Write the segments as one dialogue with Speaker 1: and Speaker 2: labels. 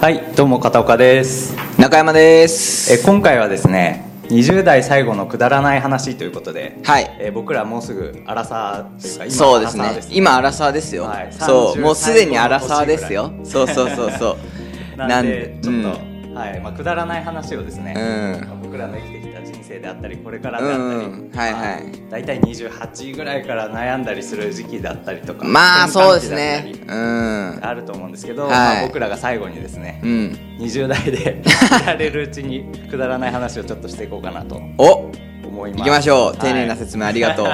Speaker 1: はいどうも片岡です
Speaker 2: 中山です
Speaker 1: え今回はですね20代最後のくだらない話ということで、
Speaker 2: はい
Speaker 1: え僕らもうすぐアラサーというか今
Speaker 2: そうです
Speaker 1: ア
Speaker 2: ね
Speaker 1: ラサー
Speaker 2: 今アラサーですよ、
Speaker 1: はい
Speaker 2: そう
Speaker 1: 30
Speaker 2: もうすでにアラサーですよ
Speaker 1: 最後
Speaker 2: そ
Speaker 1: の
Speaker 2: う
Speaker 1: 年
Speaker 2: そうそうそ う
Speaker 1: なんでちょっと、
Speaker 2: うん
Speaker 1: はいまあ、くだらない話をですね、
Speaker 2: うん
Speaker 1: 僕らの生きてきた人生であったりこれからであったり、
Speaker 2: うんうんはいはい
Speaker 1: まあ、大体28ぐらいから悩んだりする時期だったりとか
Speaker 2: ま
Speaker 1: 転換
Speaker 2: あ
Speaker 1: 期
Speaker 2: そうです
Speaker 1: だった
Speaker 2: ね
Speaker 1: り
Speaker 2: うん
Speaker 1: あると思うんですけど、
Speaker 2: はい
Speaker 1: まあ、僕らが最後にですね、
Speaker 2: うん
Speaker 1: 20代で いられるうちにくだらない話をちょっとしていこうかなと
Speaker 2: お
Speaker 1: 思います
Speaker 2: 行きましょう丁寧
Speaker 1: は
Speaker 2: ない説明あり がとうは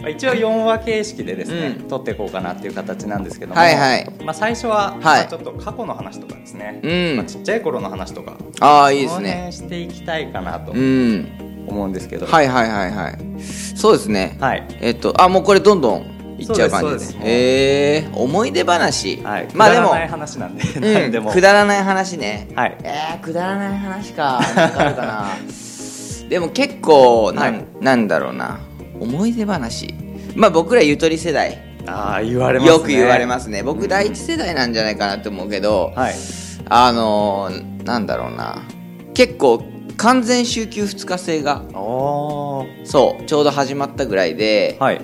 Speaker 1: まあ一応4話形式でですね、
Speaker 2: うん
Speaker 1: 取っていこうかなっていう形なんですけども、
Speaker 2: いはい
Speaker 1: まあ、最初は、
Speaker 2: い
Speaker 1: まあちょっと過去の話とかですね、
Speaker 2: うん
Speaker 1: まあちっちゃい頃の話とか
Speaker 2: ああいいですね
Speaker 1: その辺していきたいかなと
Speaker 2: うん
Speaker 1: 思うんですけど、
Speaker 2: はいはいはいはいそうですね、
Speaker 1: はい
Speaker 2: えっとあもうこれどんどんいっちゃう感
Speaker 1: そうで
Speaker 2: じですす
Speaker 1: そうです
Speaker 2: へえ思い出話、
Speaker 1: はい
Speaker 2: まあで
Speaker 1: くだら
Speaker 2: も
Speaker 1: ない話なんで、
Speaker 2: う
Speaker 1: 何
Speaker 2: ん
Speaker 1: でも
Speaker 2: くだらない話ね
Speaker 1: はい
Speaker 2: えー、くだらない話かなんかあるかな でも結構なん,、
Speaker 1: はい
Speaker 2: なんだろうな思い出話まあ僕らゆとり世代
Speaker 1: ああ言われますね
Speaker 2: よく言われますすね僕第一世代なんじゃないかなって思うけど、
Speaker 1: はい
Speaker 2: あのーなんだろうな結構完全週休2日制が
Speaker 1: おー
Speaker 2: そうちょうど始まったぐらいで、
Speaker 1: はい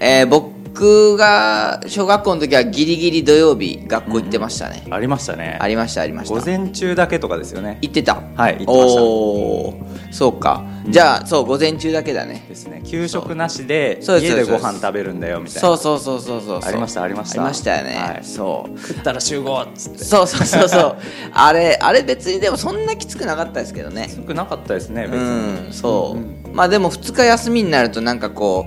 Speaker 2: えー僕が小学校の時はギリギリ土曜日学校行ってましたね、
Speaker 1: ありましたね
Speaker 2: ありましたありました
Speaker 1: 午前中だけとかですよね
Speaker 2: 行ってた
Speaker 1: はい行ってました
Speaker 2: おおーそうかじゃあそう午前中だけだね
Speaker 1: ですね給食なしで
Speaker 2: そうです
Speaker 1: 家で
Speaker 2: そ
Speaker 1: ご
Speaker 2: うです
Speaker 1: 飯食べるんだよみたいな
Speaker 2: そうそうそうそうそう
Speaker 1: ありましたありました
Speaker 2: ありましたよね、
Speaker 1: はい
Speaker 2: そう
Speaker 1: 食ったら集合っつって
Speaker 2: そうそうそうそう あれあれ別にでもそんなきつくなかったですけどね
Speaker 1: よくなかったですね別
Speaker 2: う
Speaker 1: に、
Speaker 2: んそう、
Speaker 1: うん
Speaker 2: まあでも2日休みになるとなんかこ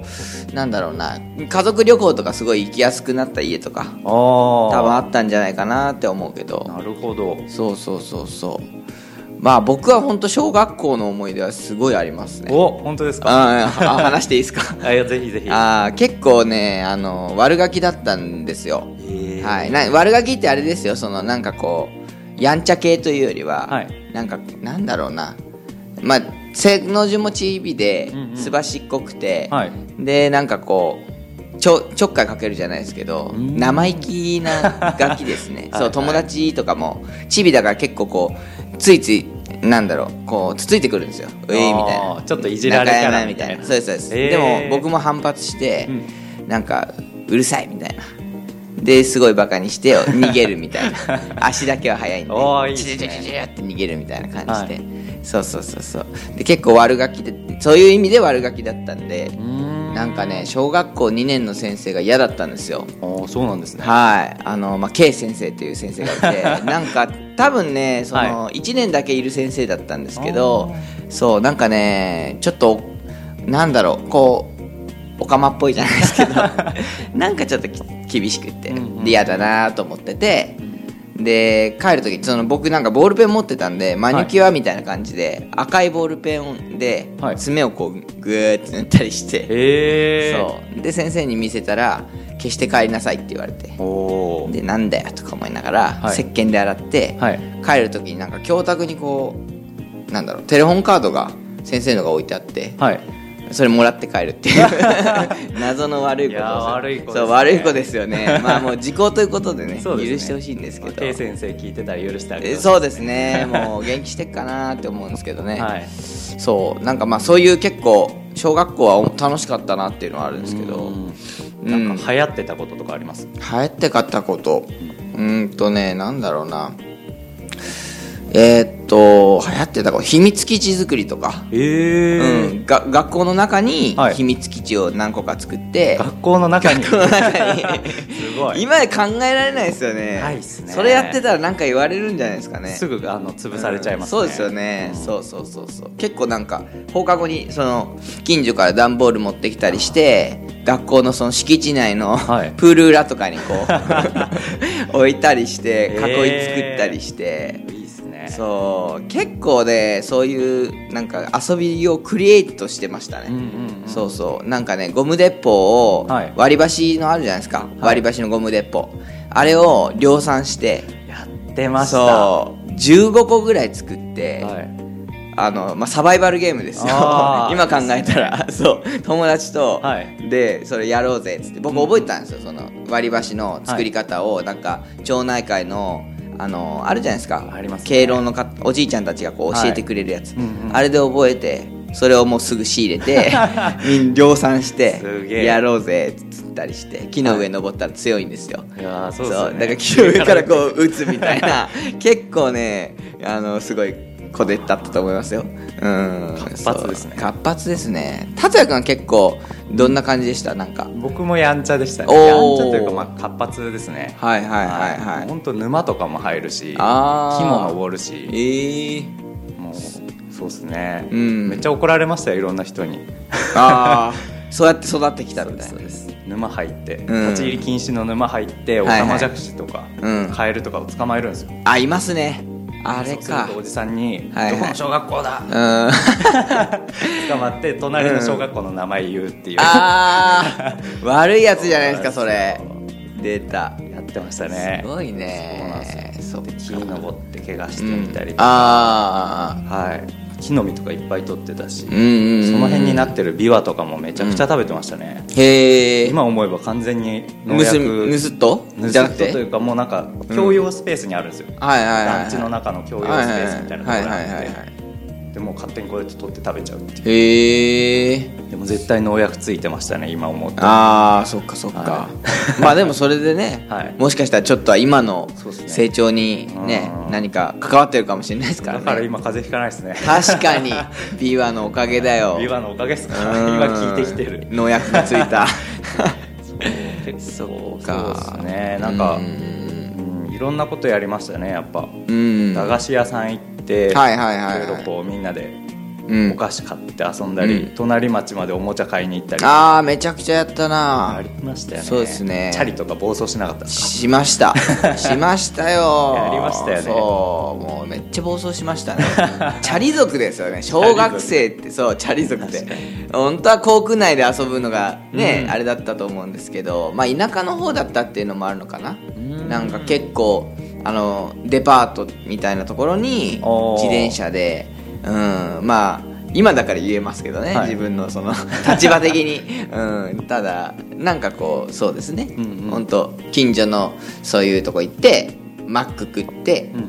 Speaker 2: うなんだろうな家族旅行とかすごい行きやすくなった家とか
Speaker 1: ああ
Speaker 2: 多分あったんじゃないかなって思うけど
Speaker 1: なるほど
Speaker 2: そうそうそうそうまあ僕は本当小学校の思い出はすごいありますね
Speaker 1: お本当ですか
Speaker 2: ああ話していいですか
Speaker 1: あいやぜひぜひ
Speaker 2: あー結構ねあの悪ガキだったんですよ、
Speaker 1: えー
Speaker 2: はい、な悪ガキってあれですよそのなんかこうやんちゃ系というよりは、
Speaker 1: はい
Speaker 2: なんかなんだろうなまあ背の字もちびで
Speaker 1: うんうん
Speaker 2: すばしっこくて、
Speaker 1: はい
Speaker 2: でなんかこうちょちょっかいかけるじゃないですけど
Speaker 1: ん
Speaker 2: 生意気なガキですね
Speaker 1: はい
Speaker 2: そう友達とかもチビだから結構こうついついなんだろうこうつついてくるんですよ「うい」みたい
Speaker 1: あー
Speaker 2: な
Speaker 1: ちょっといじられキャラ
Speaker 2: 仲間みた
Speaker 1: み
Speaker 2: い
Speaker 1: たいな
Speaker 2: なそうですそうです、
Speaker 1: へー
Speaker 2: でも僕も反発して、なんかうるさいみたいなですごいバカにして逃げるみたい な足だけは速いんで
Speaker 1: おーいいっす
Speaker 2: チ
Speaker 1: ね
Speaker 2: ュチュチュチュチュって逃げるみたいな感じで、
Speaker 1: は
Speaker 2: そうそうそうそうで結構悪ガキでそういう意味で悪ガキだったんで
Speaker 1: うん
Speaker 2: なんかね小学校2年の先生が嫌だったんですよ
Speaker 1: おーそうなんですね
Speaker 2: はいあの、まあ、K 先生という先生がい てなんか多分ねその、
Speaker 1: は
Speaker 2: 1年だけいる先生だったんですけどそうなんかねちょっとなんだろうこうオカマっぽいじゃないです けどなんかちょっとき厳しくって
Speaker 1: うんうん
Speaker 2: で嫌だなと思っててで帰る時その僕なんかボールペン持ってたんでマニキュアみたいな感じで、赤いボールペンで
Speaker 1: はい
Speaker 2: 爪をこうグーって塗ったりして。
Speaker 1: へえ
Speaker 2: そうで先生に見せたら「消して帰りなさい」って言われて
Speaker 1: うおお
Speaker 2: で「なんだよ」とか思いながら、
Speaker 1: はい
Speaker 2: 石鹸で洗って、
Speaker 1: はい
Speaker 2: 帰る時になんか教託にこうなんだろうテレホンカードが先生のが置いてあって
Speaker 1: はい
Speaker 2: それもらって帰るっ ていう謎の悪いことをする
Speaker 1: いやー悪い子ですね
Speaker 2: そう悪い子ですよねまあもう時効ということでね
Speaker 1: そうですね
Speaker 2: 許してほしいんですけ
Speaker 1: まあ
Speaker 2: ど
Speaker 1: K 先生聞いてたら許してあげ
Speaker 2: え
Speaker 1: て
Speaker 2: そうですねもう元気してっかなーって思うんですけど ね、
Speaker 1: はい
Speaker 2: そうなんかまあそういう結構小学校は楽しかったなっていうのはあるんですけど
Speaker 1: う
Speaker 2: うんん
Speaker 1: なんか流行ってたこととかあります
Speaker 2: 流行って買ったことうーんとねなんだろうなえーっと流行ってたこと秘密基地作りとか、
Speaker 1: え
Speaker 2: うん、が学校の中に
Speaker 1: はい
Speaker 2: 秘密基地を何個か 作って、
Speaker 1: 学校の中に
Speaker 2: 学校の中に
Speaker 1: すごい
Speaker 2: 今で考えられないですよね
Speaker 1: ないっすね
Speaker 2: それやってたら何か言われるんじゃないですかね
Speaker 1: すぐあの潰されちゃいますね、
Speaker 2: うんそうですよね、そうそうそうそう結構なんか放課後にその近所から段ボール持ってきたりして学校のその敷地内の、
Speaker 1: はい
Speaker 2: プール裏とかにこ う置いたりして
Speaker 1: へ
Speaker 2: 囲い
Speaker 1: ー
Speaker 2: 作ったりして、
Speaker 1: いいですね
Speaker 2: そう結構ねそういうなんか遊びをクリエイトしてましたね、
Speaker 1: うんうんうん
Speaker 2: そうそうなんかねゴム鉄砲を
Speaker 1: はい
Speaker 2: 割り箸のあるじゃないですか、割り箸のゴム鉄砲あれを量産して
Speaker 1: やってました
Speaker 2: そう15個ぐらい作って、
Speaker 1: はい、
Speaker 2: あのまあ、サバイバルゲームですよ
Speaker 1: あー
Speaker 2: 今考えたら、そう友達と、
Speaker 1: はい
Speaker 2: でそれやろうぜっつって僕覚えてたんですよ、その割り箸の作り方を、なんか町内会のあのあるじゃないですか
Speaker 1: ありますね
Speaker 2: 敬老のかおじいちゃんたちがこう教えてくれるやつ、
Speaker 1: はいうんうん
Speaker 2: あれで覚えてそれをもうすぐ仕入れて みん量産して
Speaker 1: すげえ
Speaker 2: やろうぜっつったりして木の上登ったら強いんですよ、
Speaker 1: いやーそうです
Speaker 2: そ
Speaker 1: よ
Speaker 2: う
Speaker 1: ね
Speaker 2: だから木の上からこう打つみた いな結構ねあのすごい小手だったと思いますようん
Speaker 1: 活発ですね
Speaker 2: そう活発ですね達也君は結構どんな感じでしたなんか
Speaker 1: 僕もやんちゃでした
Speaker 2: おー
Speaker 1: ねやんちゃというか、まあ、活発ですね
Speaker 2: はいはいはいはい
Speaker 1: 本当沼とかも入るし木
Speaker 2: あー
Speaker 1: も登るし
Speaker 2: ええ
Speaker 1: もうそうですね、
Speaker 2: うん
Speaker 1: めっちゃ怒られましたよいろんな人に
Speaker 2: ああ そうやって育ってきたみたいな
Speaker 1: 沼入って、
Speaker 2: ん
Speaker 1: 立ち入り禁止の沼入ってオ
Speaker 2: はいはい
Speaker 1: タマジャクシとか、
Speaker 2: うん
Speaker 1: カエルとかを捕まえるんですよ
Speaker 2: あいますねあれ
Speaker 1: そうす
Speaker 2: か
Speaker 1: るとお
Speaker 2: う
Speaker 1: じさんに、
Speaker 2: はいはい
Speaker 1: どこの小学校だ
Speaker 2: ん あ
Speaker 1: 捕まって隣の小学校の名前言うっていう、
Speaker 2: あー悪いやつじゃないですかそれ
Speaker 1: そうなん
Speaker 2: 出た
Speaker 1: やってましたね
Speaker 2: すごい
Speaker 1: そうなんで
Speaker 2: ね
Speaker 1: すよ
Speaker 2: っ
Speaker 1: で
Speaker 2: か
Speaker 1: 木に登って怪我してみたり
Speaker 2: う
Speaker 1: と
Speaker 2: ん
Speaker 1: か、
Speaker 2: ああ
Speaker 1: はい、木の実とかいっぱい取ってたし、
Speaker 2: うんうんうん
Speaker 1: その辺になってるビワとかもめちゃくちゃ食べてましたね、
Speaker 2: へえ
Speaker 1: 今思えば完全に農
Speaker 2: 盗
Speaker 1: 薬
Speaker 2: み盗っと
Speaker 1: 盗
Speaker 2: じゃなく
Speaker 1: 人とい
Speaker 2: て
Speaker 1: うかもうなんか共用スペースにあるんですよ、
Speaker 2: はいはいはい
Speaker 1: 団地の中の共用スペースみたいなところ
Speaker 2: はい
Speaker 1: にあ
Speaker 2: はいはい
Speaker 1: っ
Speaker 2: は
Speaker 1: てでもう勝手にこうやって取って食べちゃうってい
Speaker 2: いへえ
Speaker 1: うでも絶対農薬ついてましたね今思うと
Speaker 2: ああそっかそっか
Speaker 1: は
Speaker 2: まあでもそれでね
Speaker 1: はい
Speaker 2: もしかしたらちょっとは今の
Speaker 1: そうっすね
Speaker 2: 成長にね
Speaker 1: うん
Speaker 2: 何か関わってるかもしれないですか
Speaker 1: だからら
Speaker 2: ね
Speaker 1: 今風邪ひかないですね
Speaker 2: 確かにビワのおかげだ よ
Speaker 1: ビワのおかげですか
Speaker 2: うん
Speaker 1: 今聞いてきてる
Speaker 2: 農薬がつい た
Speaker 1: そ
Speaker 2: そううか
Speaker 1: ですねなんか
Speaker 2: うん
Speaker 1: うんいろんなことやりましたねやっぱ
Speaker 2: うん
Speaker 1: 駄菓子屋さん行って
Speaker 2: はいはいはいはい
Speaker 1: ろいろこうみんなで
Speaker 2: うん
Speaker 1: お菓子買って遊んだり、
Speaker 2: うん
Speaker 1: 隣町までおもちゃ買いに行ったり
Speaker 2: ああめちゃくちゃやったな
Speaker 1: ありましたよね
Speaker 2: そうですね
Speaker 1: チャリとか暴走しなかったですか
Speaker 2: しました しましたよ
Speaker 1: やりましたよね
Speaker 2: そうもうめっちゃ暴走しましたねチャリ族ですよね小学生ってそうチャリ族って本当は校区内で遊ぶのがね、
Speaker 1: うん
Speaker 2: あれだったと思うんですけどまあ田舎の方だったっていうのもあるのかな、
Speaker 1: ん
Speaker 2: なんか結構あのデパートみたいなところに
Speaker 1: おー
Speaker 2: 自転車でうんまあ今だから言えますけどね、
Speaker 1: はい
Speaker 2: 自分のその立場的に、うん、ただなんかこうそうですね、
Speaker 1: うんうん
Speaker 2: 本当近所のそういうとこ行ってマック食って
Speaker 1: うんうん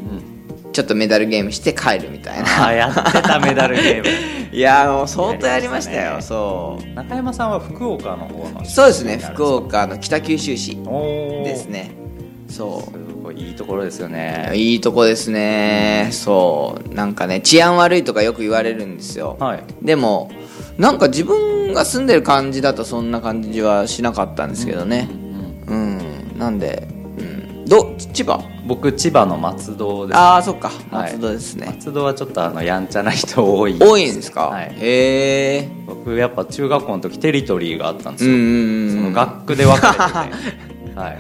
Speaker 2: ちょっとメダルゲームして帰るみたいな
Speaker 1: あやってたメダルゲー
Speaker 2: いやーもう相当やりましたよ
Speaker 1: やりました
Speaker 2: そ
Speaker 1: ム中山さんは福岡の方の
Speaker 2: うそうですね福
Speaker 1: 岡
Speaker 2: 岡の北九州市ですね
Speaker 1: す
Speaker 2: そう
Speaker 1: ごいいいところですよ
Speaker 2: いや
Speaker 1: ね
Speaker 2: いいとこですねそうなんかね治安悪いとかよく言われるんですよ、
Speaker 1: はい
Speaker 2: でもなんか自分が住んでる感じだとそんな感じはしなかったんですけどねうん、なんで、うん、ど千葉
Speaker 1: 僕千葉の松戸です
Speaker 2: ああそっか
Speaker 1: はい
Speaker 2: 松戸ですね、
Speaker 1: 松戸はちょっとあのやんちゃな人多い
Speaker 2: 多いんですか、
Speaker 1: はい
Speaker 2: へえ
Speaker 1: 僕やっぱ中学校の時テリトリーがあったんです
Speaker 2: うん
Speaker 1: よ、
Speaker 2: うん
Speaker 1: そ
Speaker 2: う
Speaker 1: の
Speaker 2: ん
Speaker 1: 学区で分かれ てて、はい、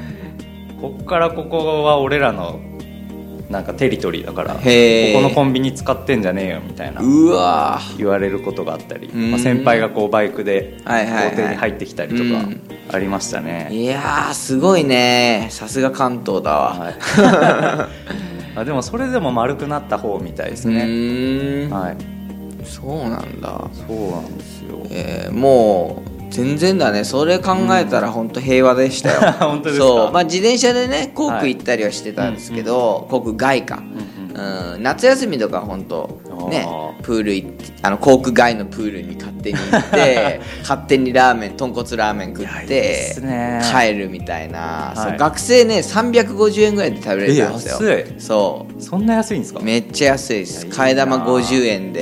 Speaker 1: こっからここは俺らのなんかテリトリーだからこ
Speaker 2: へー
Speaker 1: このコンビニ使ってんじゃねえよみたいな
Speaker 2: うわ
Speaker 1: 言われることがあったり、
Speaker 2: ん
Speaker 1: まあ、先輩がこうバイクで校
Speaker 2: はいはいはい
Speaker 1: 庭に入ってきたりとかありましたね、
Speaker 2: ーいやーすごいねさすが関東だわ、
Speaker 1: はい あでもそれでも丸くなった方みたいです
Speaker 2: う
Speaker 1: ね、
Speaker 2: ーん、
Speaker 1: はい
Speaker 2: そうなんだ
Speaker 1: そうなんですよ
Speaker 2: えーもう全然だねそれ考えたら本当平和でしたよ
Speaker 1: 本当ですか
Speaker 2: そう、まあ、自転車でね航空行ったりはしてたんですけど、航空外か、うん夏休みとか本当ね
Speaker 1: あー
Speaker 2: プール行ってあの航空外のプールに勝手に行って 勝手にラーメン豚骨ラーメン食
Speaker 1: いやい
Speaker 2: っ
Speaker 1: いで
Speaker 2: て
Speaker 1: すね
Speaker 2: 帰るみたい
Speaker 1: は
Speaker 2: な、
Speaker 1: い
Speaker 2: そう学生ね350円ぐらいで食べれたんですよ
Speaker 1: え安
Speaker 2: そう
Speaker 1: そんな安いんですか
Speaker 2: めっちゃ安いで
Speaker 1: いや
Speaker 2: す
Speaker 1: いいな
Speaker 2: 替え玉50円で、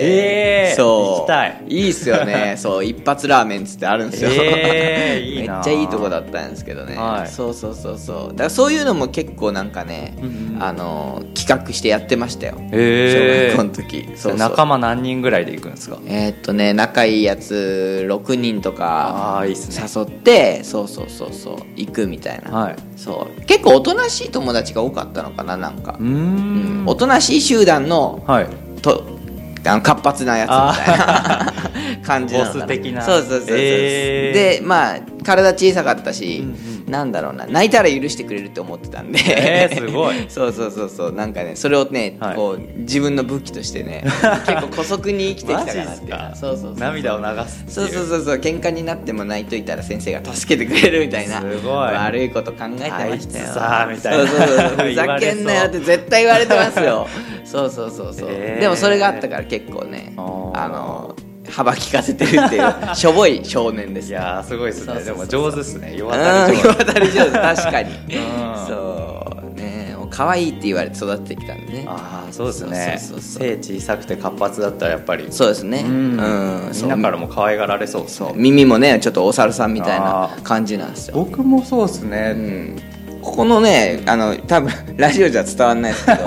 Speaker 1: えー
Speaker 2: そ
Speaker 1: 行き
Speaker 2: う
Speaker 1: たい
Speaker 2: いっす よねそう一発ラーメンっつってあるんですよ、
Speaker 1: え ーいいな
Speaker 2: めっちゃいいとこだったんですけどね、
Speaker 1: はい
Speaker 2: そうそうそうそうだからそういうのも結構なんかね、
Speaker 1: うんうん
Speaker 2: あの企画してやってましたよ、
Speaker 1: えー
Speaker 2: 小学校の時そうそう
Speaker 1: 仲間何人ぐらいで行くんですか
Speaker 2: えーっとね仲いいやつ6人と
Speaker 1: あ
Speaker 2: か
Speaker 1: あいいっすね
Speaker 2: 誘って、そうそうそうそう行くみたいな、
Speaker 1: はい
Speaker 2: そう結構おとなしい友達が多かったのかななんか
Speaker 1: うーん
Speaker 2: おとなしい集団の
Speaker 1: はい
Speaker 2: とあの活発なやつみたいな 感じなのかな
Speaker 1: ボス的な
Speaker 2: そうそうそうそう、
Speaker 1: えー
Speaker 2: でまあ体小さかったし、
Speaker 1: うんう
Speaker 2: なんだろうな泣いたら許してくれるって思ってたんで
Speaker 1: えーすごい
Speaker 2: そうそうそうそうなんかねそれをね、
Speaker 1: はい
Speaker 2: こう自分の武器として ね結構姑息に生きてきたからってい
Speaker 1: マ
Speaker 2: う
Speaker 1: ジっすか
Speaker 2: そうそうそう
Speaker 1: 涙を流すっていう
Speaker 2: そうそうそうそう喧嘩になっても泣いといたら先生が助けてくれるみたいな
Speaker 1: すごい
Speaker 2: 悪いこと考えてましたよ
Speaker 1: あいつさみたいな
Speaker 2: そうそうそうふ
Speaker 1: 言わ
Speaker 2: ざ
Speaker 1: れ
Speaker 2: け
Speaker 1: そうん
Speaker 2: なよって絶対 言われてますよそうそうそうそう、
Speaker 1: えー
Speaker 2: でもそれがあったから結構ね
Speaker 1: あー
Speaker 2: あの幅利かせてるっていうしょぼい少年です
Speaker 1: いやーすごいです
Speaker 2: そう
Speaker 1: ね
Speaker 2: そう
Speaker 1: で
Speaker 2: そうそ
Speaker 1: も上
Speaker 2: う
Speaker 1: 手ですね弱た
Speaker 2: う
Speaker 1: り上
Speaker 2: ん
Speaker 1: 手
Speaker 2: 世渡り上手確 かに
Speaker 1: ん
Speaker 2: そうねもう可愛いって言われて育ってきたんでね
Speaker 1: ああそうですね
Speaker 2: そうそうそう
Speaker 1: 背小さくて活発だったらやっぱり
Speaker 2: そうですねう
Speaker 1: うん
Speaker 2: ん
Speaker 1: みんなからも可愛がられそうです
Speaker 2: そうそう
Speaker 1: ね
Speaker 2: 耳もねちょっとお猿さんみたい
Speaker 1: あ
Speaker 2: な
Speaker 1: ー
Speaker 2: 感じなんですよ、
Speaker 1: 僕もそうです
Speaker 2: う
Speaker 1: ね
Speaker 2: ん、ここのねあの多分ラジオじゃ伝わんないですけ ど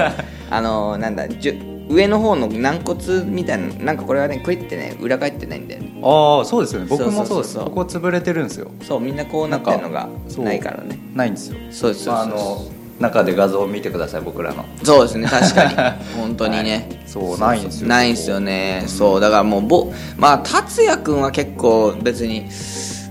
Speaker 2: あのなんだじゅ上の方の軟骨みたいななんかこれはねクリってね裏返ってないんだよね
Speaker 1: ああそうですよね僕もそうです
Speaker 2: そうそうそう
Speaker 1: ここ潰れてるんですよ
Speaker 2: そうみんなこうなってるのが
Speaker 1: そう
Speaker 2: ないからね
Speaker 1: ないんですよ
Speaker 2: そうですそうです、
Speaker 1: まああの中で画像を見てください僕らの
Speaker 2: そうですね確かに 本当にね、
Speaker 1: はいそうないんですよ
Speaker 2: ないんですよね、そうだからもうぼまあ達也君は結構別に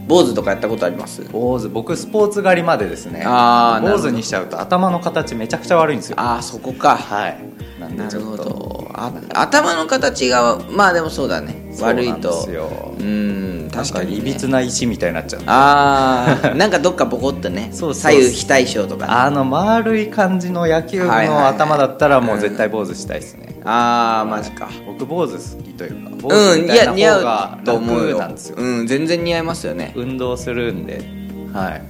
Speaker 2: 坊主とかやったことあります
Speaker 1: 坊主僕スポーツ狩りまでですね
Speaker 2: あーなる
Speaker 1: 坊
Speaker 2: ほど
Speaker 1: 主にしちゃうと頭の形めちゃくちゃ悪いんですよ
Speaker 2: ああそこか
Speaker 1: はいなんで
Speaker 2: な
Speaker 1: ち
Speaker 2: る
Speaker 1: ょ
Speaker 2: ほ
Speaker 1: っと
Speaker 2: どあ頭の形がまあでもそうだね
Speaker 1: そう
Speaker 2: 悪
Speaker 1: ないんで
Speaker 2: と
Speaker 1: すよ
Speaker 2: うん確かに、
Speaker 1: い
Speaker 2: ね、
Speaker 1: びつな石みたいになっちゃう
Speaker 2: ああなんかどっかボコッとね
Speaker 1: そうそう
Speaker 2: 左右非対称とかね
Speaker 1: あの丸い感じの野球部
Speaker 2: はいはい
Speaker 1: の
Speaker 2: はい
Speaker 1: 頭だったらもう絶対坊主したいですね、
Speaker 2: ああマジか
Speaker 1: 僕坊主好きというか坊
Speaker 2: う
Speaker 1: 主
Speaker 2: ん
Speaker 1: み
Speaker 2: い
Speaker 1: たい
Speaker 2: や
Speaker 1: な
Speaker 2: 似
Speaker 1: 方
Speaker 2: 合
Speaker 1: が
Speaker 2: うと思う
Speaker 1: 楽
Speaker 2: よ
Speaker 1: なんですよ、
Speaker 2: うん全然似合いますよね
Speaker 1: 運動するんではい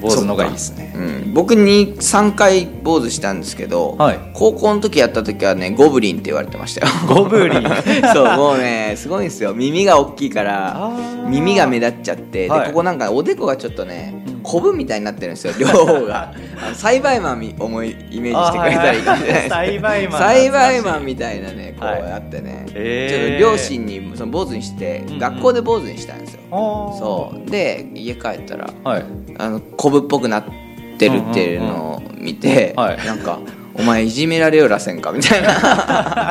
Speaker 1: 坊主の方がいいですね
Speaker 2: うん、僕に3回坊主したんですけど、
Speaker 1: はい
Speaker 2: 高校の時やった時はねゴブリンって言われてましたよ
Speaker 1: ゴブリン
Speaker 2: そうもうねすごいんですよ耳が大きいから
Speaker 1: あー
Speaker 2: 耳が目立っちゃってで
Speaker 1: はい
Speaker 2: ここなんかおでこがちょっとねコブみたいになってるんですよ両方 があの栽培マンみ思いイメージしてくれたらいいかもしれないです、
Speaker 1: あはいはい栽培マン
Speaker 2: 栽培マンみたいなねこう
Speaker 1: はい
Speaker 2: やってね、
Speaker 1: えー
Speaker 2: ちょっと両親にその坊主にして、
Speaker 1: んうん
Speaker 2: 学校で坊主にしたんですよ
Speaker 1: そ
Speaker 2: そうで家帰ったら
Speaker 1: うはい
Speaker 2: あのコブっぽくなってるっていうのを見て、
Speaker 1: うんうんうんはい
Speaker 2: なんか「お前いじめられよらせんか」みた いな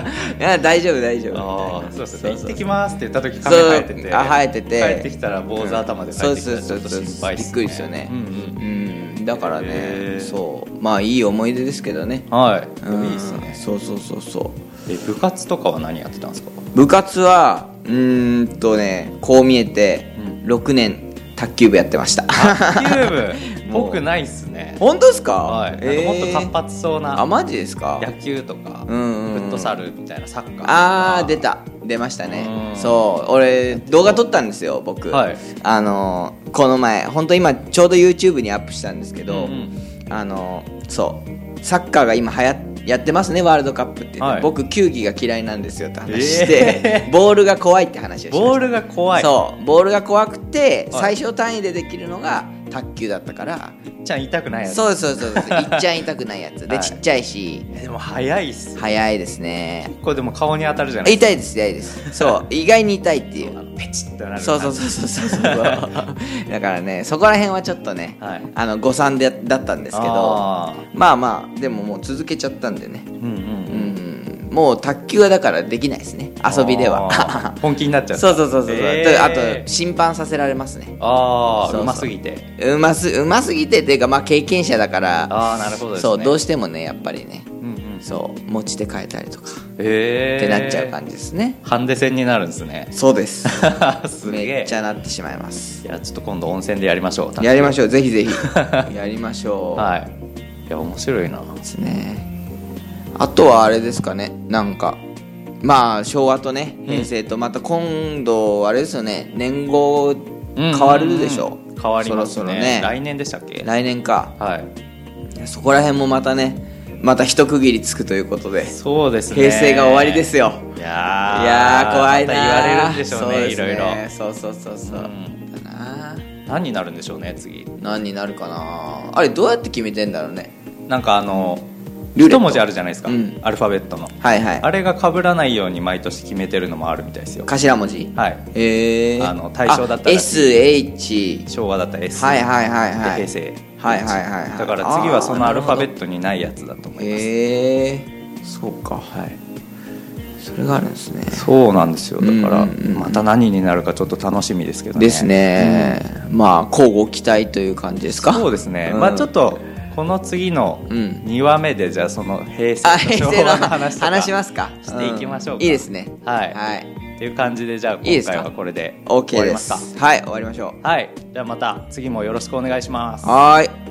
Speaker 2: 「いや大丈夫大丈夫」みたい
Speaker 1: ああ
Speaker 2: な
Speaker 1: そうです
Speaker 2: そ
Speaker 1: ね
Speaker 2: う
Speaker 1: 行
Speaker 2: そ
Speaker 1: っ
Speaker 2: う
Speaker 1: てきますって言った時髪生えてて
Speaker 2: そうあ生えてて
Speaker 1: 帰ってきたら坊主頭で帰
Speaker 2: そ
Speaker 1: っ
Speaker 2: う
Speaker 1: てきた
Speaker 2: そう
Speaker 1: らち
Speaker 2: そ
Speaker 1: ょ
Speaker 2: う
Speaker 1: っと
Speaker 2: そう
Speaker 1: 心配
Speaker 2: びっくりですよね
Speaker 1: う
Speaker 2: うんん、だからね、
Speaker 1: へー
Speaker 2: そうまあいい思い出ですけどね
Speaker 1: うんはい、
Speaker 2: うん
Speaker 1: いいですね
Speaker 2: そうそうそうそう
Speaker 1: え部活とかは何やってたんです か
Speaker 2: 部活はうーんとねこう見えて6年卓球部やってました、
Speaker 1: 野球部っぽくないっすね
Speaker 2: 本当ですか、
Speaker 1: はい、なんかもっと活発そう
Speaker 2: えーあ
Speaker 1: な
Speaker 2: マジですか
Speaker 1: 野球とか、
Speaker 2: うんうんうん
Speaker 1: フットサルみたいなサッカー
Speaker 2: あー出た出ましたね
Speaker 1: うん
Speaker 2: そう俺動画撮ったんですよ僕、
Speaker 1: はい
Speaker 2: あのーこの前本当今ちょうど YouTube にアップしたんですけど、
Speaker 1: うんうん
Speaker 2: あのーそうサッカーが今はややってますねワールドカップって、
Speaker 1: はい
Speaker 2: 僕球技が嫌いなんですよって話して、
Speaker 1: え
Speaker 2: ボールが怖いって話をしました
Speaker 1: ボールが怖い
Speaker 2: そうボールが怖くて、
Speaker 1: はい
Speaker 2: 最小単位でできるのが卓球だったから
Speaker 1: ちゃん痛くないやつ
Speaker 2: そうそうそう そういっちゃん痛くないやつで、
Speaker 1: はい
Speaker 2: ちっちゃいし
Speaker 1: えでも早いっす
Speaker 2: 早いですね
Speaker 1: 結構でも顔に当たるじゃない
Speaker 2: 痛いです痛いですそう意外に痛いっていう
Speaker 1: ペチッとなる
Speaker 2: そうそう
Speaker 1: そ
Speaker 2: そうそうそうそうだからねそこら辺はちょっとね、
Speaker 1: はい
Speaker 2: あの誤算でだったんですけど
Speaker 1: あー
Speaker 2: まあまあでももう続けちゃったんでね
Speaker 1: うんうん
Speaker 2: うんもう卓球はだからできないですね遊びでは
Speaker 1: あー本気になっちゃった
Speaker 2: そうそうそうそう、
Speaker 1: え
Speaker 2: と
Speaker 1: ー
Speaker 2: あと審判させられますね
Speaker 1: あ
Speaker 2: そうそ
Speaker 1: あ
Speaker 2: う
Speaker 1: うますぎて
Speaker 2: うますうますぎてっていうかまあ経験者だから
Speaker 1: あーなるほどですね
Speaker 2: そうどうしてもねやっぱりね
Speaker 1: うんうん
Speaker 2: そう持ち手変えたりとか
Speaker 1: ええ
Speaker 2: ってなっちゃう感じですね、
Speaker 1: ハンデ戦になるんですね
Speaker 2: そうです
Speaker 1: すげえ
Speaker 2: めっちゃなってしまいます
Speaker 1: いやちょっと今度温泉でやりましょう
Speaker 2: やりましょうぜひ ぜひやりましょう、
Speaker 1: はいいや面白いな
Speaker 2: ですねあとはあれですかねなんかまあ昭和とね平成とまた今度あれですよね年号変わるでしょ
Speaker 1: うんうんうん変わりますね
Speaker 2: そろそろね
Speaker 1: 来年でしたっけ
Speaker 2: 来年か
Speaker 1: はい
Speaker 2: いやそこら辺もまたねまた一区切りつくということで
Speaker 1: そうですね
Speaker 2: 平成が終わりですよ
Speaker 1: い
Speaker 2: い
Speaker 1: やー
Speaker 2: やー怖いなー
Speaker 1: また言われるんでしょう
Speaker 2: そ
Speaker 1: ね
Speaker 2: で
Speaker 1: い
Speaker 2: すね
Speaker 1: ろいろ
Speaker 2: そうそうそうそ
Speaker 1: う
Speaker 2: う、
Speaker 1: ん
Speaker 2: だな
Speaker 1: 何になるんでしょうね次
Speaker 2: 何になるかなあれどうやって決めてんだろうね
Speaker 1: なんかあの
Speaker 2: ルーレ
Speaker 1: 一
Speaker 2: ット
Speaker 1: 文字あるじゃないですか、
Speaker 2: うん
Speaker 1: アルファベットの
Speaker 2: はいはい
Speaker 1: あれが被らないように毎年決めてるのもあるみたいですよ
Speaker 2: 頭文字
Speaker 1: はい
Speaker 2: えー、
Speaker 1: あの対象だったら
Speaker 2: あ SH
Speaker 1: 昭和だったら S、
Speaker 2: はいはいはいはい
Speaker 1: で平成
Speaker 2: はいはいはいはい
Speaker 1: だから次はそのアルファベ
Speaker 2: ト
Speaker 1: ットにないやつだと思います
Speaker 2: えー、そうかはいそれがあるんですね
Speaker 1: そうなんですよだから、
Speaker 2: うんうんうん
Speaker 1: また何になるかちょっと楽しみですけどね
Speaker 2: ですね、まあ交互期待という感じですか
Speaker 1: そうですね、
Speaker 2: うん
Speaker 1: まあちょっとこの次の
Speaker 2: うん
Speaker 1: 2話目でじゃあその平
Speaker 2: あ
Speaker 1: 成
Speaker 2: 平
Speaker 1: と
Speaker 2: 成
Speaker 1: 昭
Speaker 2: の
Speaker 1: 和の話
Speaker 2: 話
Speaker 1: とか
Speaker 2: 話しますか
Speaker 1: していきましょうか
Speaker 2: んいいですね
Speaker 1: はい
Speaker 2: はい
Speaker 1: っていう感じでじゃあ
Speaker 2: い
Speaker 1: 今
Speaker 2: いですか
Speaker 1: 回はこれで終
Speaker 2: OK
Speaker 1: わり
Speaker 2: で
Speaker 1: ます
Speaker 2: す
Speaker 1: か
Speaker 2: はい終わりましょう
Speaker 1: はいじゃあまた次もよろしくお願いします
Speaker 2: はーい